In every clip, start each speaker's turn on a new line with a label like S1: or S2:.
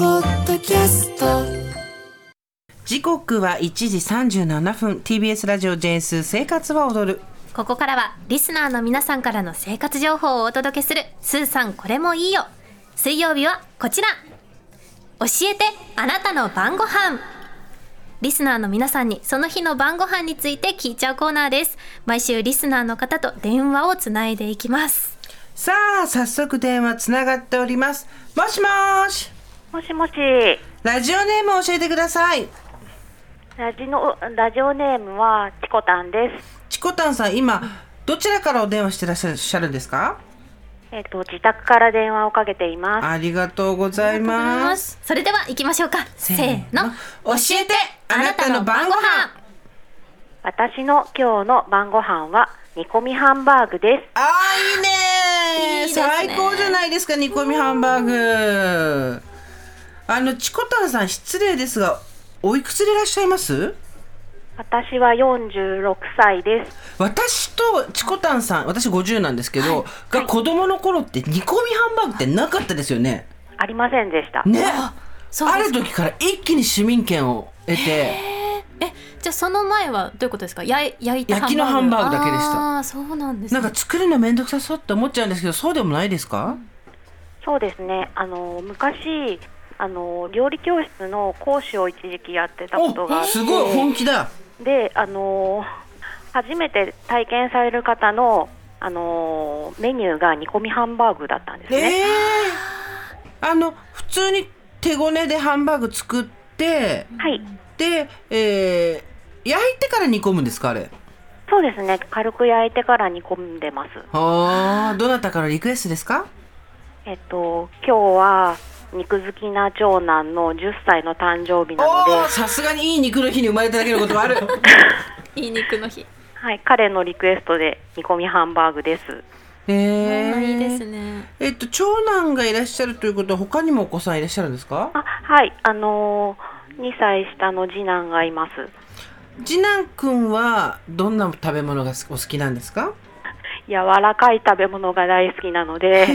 S1: キャスト
S2: 時刻は1時37分 TBS ラジオ JS 生活は踊る
S3: ここからはリスナーの皆さんからの生活情報をお届けする「スーさんこれもいいよ」水曜日はこちら教えてあなたの晩ご飯リスナーの皆さんにその日の晩ご飯について聞いちゃうコーナーです毎週リスナーの方と電話をつないでいきます
S2: さあ早速電話つながっておりますもしもーし
S4: もしもし、
S2: ラジオネームを教えてください
S4: ラジのラジオネームはチコタンです。
S2: チコタンさん今どちらからお電話してらっしゃるんですか
S4: えっ、と自宅から電話をかけています。
S2: ありがとうございます
S3: それでは行きましょうかせーの
S2: 教えてあなたの晩ご飯
S4: 私の今日の晩ご飯は煮込みハンバーグです。
S2: あーいいねー
S3: いいですね
S2: 最高じゃないですか煮込みハンバーグあのチコタンさん失礼ですがおいくつでいらっしゃいます
S4: 私は46歳です。
S2: 私とチコタンさん私50なんですけど、が子供の頃って煮込みハンバーグってなかったですよね
S4: ありませんでした。
S2: ね
S3: そう
S2: ある
S3: ですか
S2: 時から一気に市民権を得て
S3: えじゃあその前はどういうことですかやい焼いた
S2: 焼きのハンバーグだけでした
S3: あーそうなんです
S2: な
S3: ね
S2: んか作るの面倒くさそうって思っちゃうんですけどそうでもないですか、
S4: そうですね。あの昔あの料理教室の講師を一時期やってたことがあ
S2: お
S4: って
S2: すごい本気だ
S4: であの初めて体験される方のあのメニューが煮込みハンバーグだったんですね。
S2: ええあの普通に手ごねでハンバーグ作って
S4: はい。
S2: で、えー、焼いてから煮込むんですかあれ
S4: そうですね。軽く焼いてから煮込んでます。
S2: あーどなたからリクエストですか
S4: えっと今日は肉好きな長男の10歳の誕生日なの
S2: おー
S4: で、
S2: さすがにいい肉の日に生まれただけのことはある
S3: いい肉の日
S4: はい、彼のリクエストで煮込みハンバーグです。
S2: え
S3: あ
S2: ー、
S3: いいですね
S2: えっと長男がいらっしゃるということは他にもお子さんいらっしゃるんですか
S4: あ、はい。あのー、2歳下の次男がいます。
S2: 次男くんはどんな食べ物がお好きなんですか
S4: 柔らかい食べ物が大好きな ので、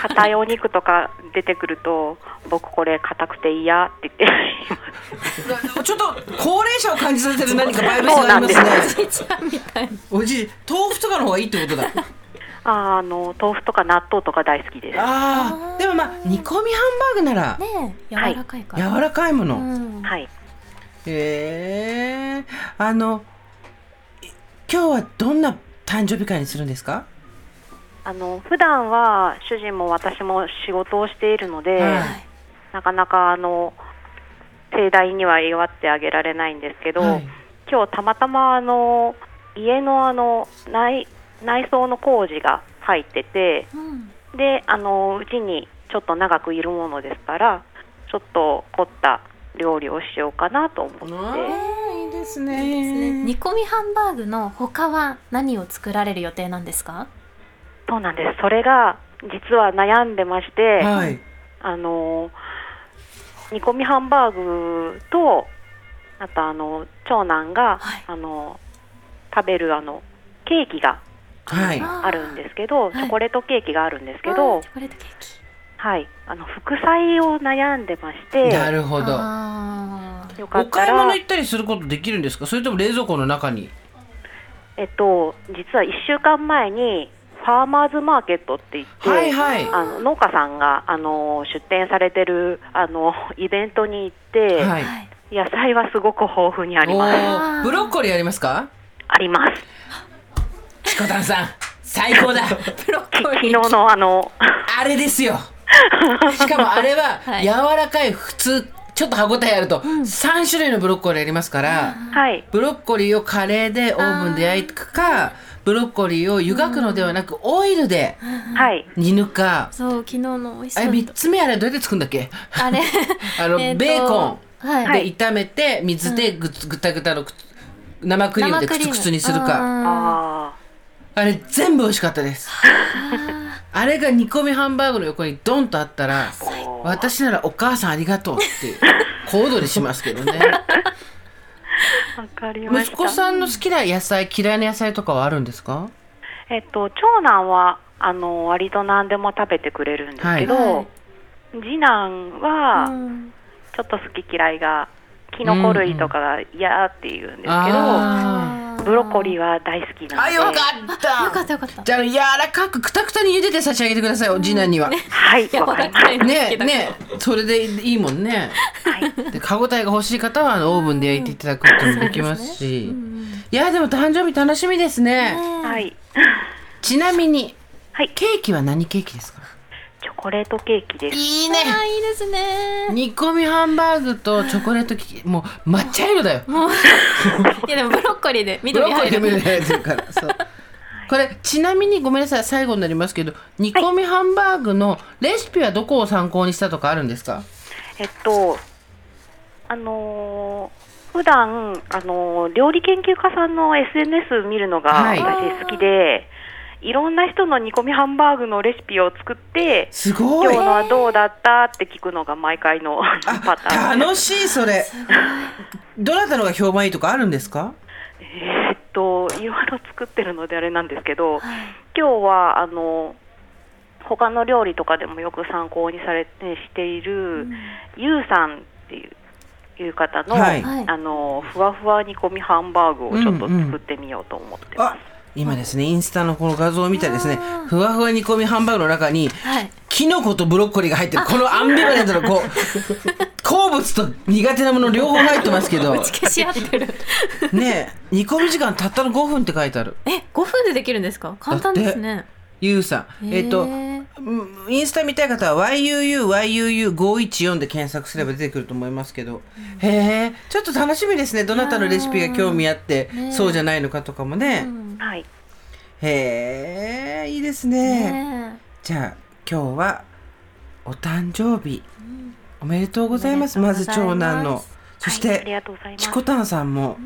S4: 硬いお肉とか出てくると、僕これ硬くて嫌って言っています。
S2: ちょっと高齢者を感じさせる何かバイブス
S4: そう
S2: があ
S4: なん
S2: りま
S4: ですす
S2: ね
S3: じいちゃんみたい
S2: おじい豆腐とかの方がいいってことだ
S4: あー、あの豆腐とか納豆とか大好きです。は
S2: ああでもまあ煮込みハンバーグなら
S3: ねえ柔らかいから、
S2: 柔らかいもの、
S3: うん
S4: い。
S2: へえあのい今日はどんな誕生日会にするんですか、
S4: あの普段は主人も私も仕事をしているので、
S2: はい
S4: なかなかあの盛大には祝ってあげられないんですけど、
S2: はい
S4: 今日たまたまあの家のあの内内装の工事が入ってて
S3: うん
S4: であのうちにちょっと長くいるものですからちょっと凝った料理をしようかなと思って
S2: あーいいです
S3: ですね
S2: ね
S3: 煮込みハンバーグの他は何を作られる予定なんですか
S4: そうなんですそれが実は悩んでまして。
S2: はい
S4: あの煮込みハンバーグとあとあの長男が、
S3: はい
S4: あの食べるあのケーキが
S2: はい
S3: あー
S4: あるんですけど、
S3: い
S4: チョコレートケーキがあるんですけ
S3: あー
S4: ど
S3: チ、ョコレートケーキ
S4: はい、あの副菜を悩んでまして
S2: なるほど
S3: あー
S4: よか
S2: お
S4: った
S2: 買い物
S4: ら
S2: 行ったりすることできるんですかそれとも冷蔵庫の中に
S4: えっと実は1週間前にファーマーズマーケットって言って、
S2: はいはい
S4: あの農家さんがあの出店されてるあのイベントに行って、
S2: はい
S3: はい
S4: 野菜はすごく豊富にあり
S2: お
S4: ます。
S2: ーブロッコリーありますか
S4: あります。
S2: チコタンさん最高 だ
S3: ブロッコ
S4: 昨
S3: リ
S4: 日
S3: ー
S4: のあの
S2: あれですよしかもあれは
S3: はい
S2: 柔らかい普通ちょっと歯ごたえあると3種類のブロッコリーありますから、
S4: はい
S2: ブロッコリーをカレーでオーブンで焼くかブロッコリーを湯がくのではなくオイルで
S4: はい
S2: 煮抜くか、
S3: そう昨日の美味し
S2: あれ
S3: そう
S2: 3つ目あれどうやって作るんだっけ
S3: あれ
S2: あの、
S3: えーと
S2: ベーコン
S3: はい、
S2: で炒めて水でぐつぐたぐたのくつ生クリームでくつくつにするか
S3: か
S4: あ
S2: あれ全部美味しかったですあれが煮込みハンバーグの横にドンとあったら私ならお母さんありがとうっていう小躍りしますけどね
S4: あわかりまし
S2: 息子
S4: た
S2: さんの好きな野菜嫌いな野菜とかはあるんですか
S4: えっと長男はあの割と何でも食べてくれるんですけど、
S3: はい
S4: 次男は、ょっと好き嫌いがキノコ類とかが嫌って言うんですけど、
S2: あ
S4: ブロッコリーは大好き
S2: ー
S4: な
S2: あよか
S4: の
S2: っ
S4: で、
S2: た
S3: よかったよかった
S2: じゃあ柔らかくくたくたに茹でて差し上げてくださいお次男にはね
S4: はい、わかりまし
S2: ねそれでいいもんね
S4: た。はい、
S2: で歯ごたえが欲しい方はあのオーブンで焼いていただくこともできますしいやでも誕生日楽しみですね
S4: はい、
S2: ちなみに
S4: はい、
S2: ケーキは何ケーキですか
S4: チョコレートケーキです。
S2: いいね
S3: あいいですね
S2: 煮込みハンバーグとチョコレートケーキもう抹茶色だよ
S3: もう いやでもブロッコリーで
S2: ブロ
S3: 緑
S2: ッコリー
S3: 入
S2: で
S3: る
S2: 見れない からそうこれちなみにごめんなさい最後になりますけど煮込みハンバーグのレシピはどこを参考にしたとかあるんですか
S4: えっと、あのー普段あのー料理研究家さんの SNS 見るのが
S2: はい
S4: 私好きで、い、ろんな人の煮込みハンバーグのレシピを作って、
S2: すご
S4: 今
S2: い
S4: 日のはどうだったって聞くのが毎回のパターンです。
S2: 楽しいそ れどなたのが評判いいとかあるんですか
S4: えっといろいろ作ってるのであれなんですけど、今日はあの他の料理とかでもよく参考にされてしている、ゆうさんっていう。いう方の、
S2: はい
S4: あのふわふわ煮込みハンバーグをちょっと作ってみようと思ってます。
S2: あ今ですねインスタのこの画像を見たらですねふわふわ煮込みハンバーグの中に
S3: はい
S2: キノコとブロッコリーが入ってるこのアンビバレントのこう好物と苦手なもの両方入ってますけど
S3: 打ち消し合ってる
S2: ねえ煮込み時間たったの5分って書いてある
S3: え5分でできるんですか簡単ですね
S2: ゆうさんえっ、と
S3: へー
S2: うんインスタ見たい方は YUUYUU514 で検索すれば出てくると思いますけど、へえちょっと楽しみですねどなたのレシピが興味あって、
S3: ね
S2: そうじゃないのかとかもね、
S4: はい、
S2: へえいいですね
S3: ね
S2: じゃあ今日はお誕生日、おめでとうございます
S3: おめ
S2: ま
S3: でとう
S2: ず
S3: ございます
S2: 長男のそし
S4: はいあり
S2: て
S4: がとうございます
S2: チ。コタンさんも、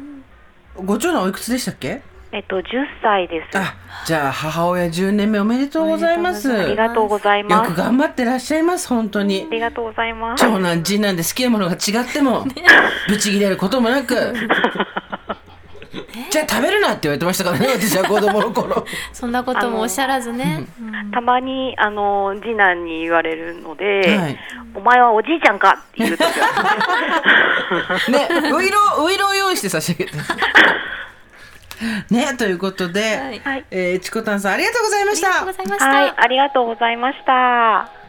S2: ご長男おいくつでしたっけ
S4: えっと10歳です。あ
S2: あじゃあ母親10年目おめでとうございます
S3: おめでとうございます
S4: り
S2: よ
S4: がとうございます。
S2: く頑張ってらっしゃいます本当に
S4: ありがとうございます。
S2: 長男次男で好きなものが違ってもブチ切れることもなく じゃあ食べるなって言われてましたからね私は子供の頃
S3: そんなこともおっしゃらずね
S4: たまにあの次男に言われるので、
S2: はい
S4: お前はおじいちゃんかって言う時 は
S2: ねウイロウイロを用意して差し上げて ねということで、
S3: はい
S4: はい
S2: えー、チコタンさんありがとうございま
S3: あ
S2: し
S3: りがと
S2: た
S3: うございまし
S4: はい
S3: た、
S4: ありがとうございました。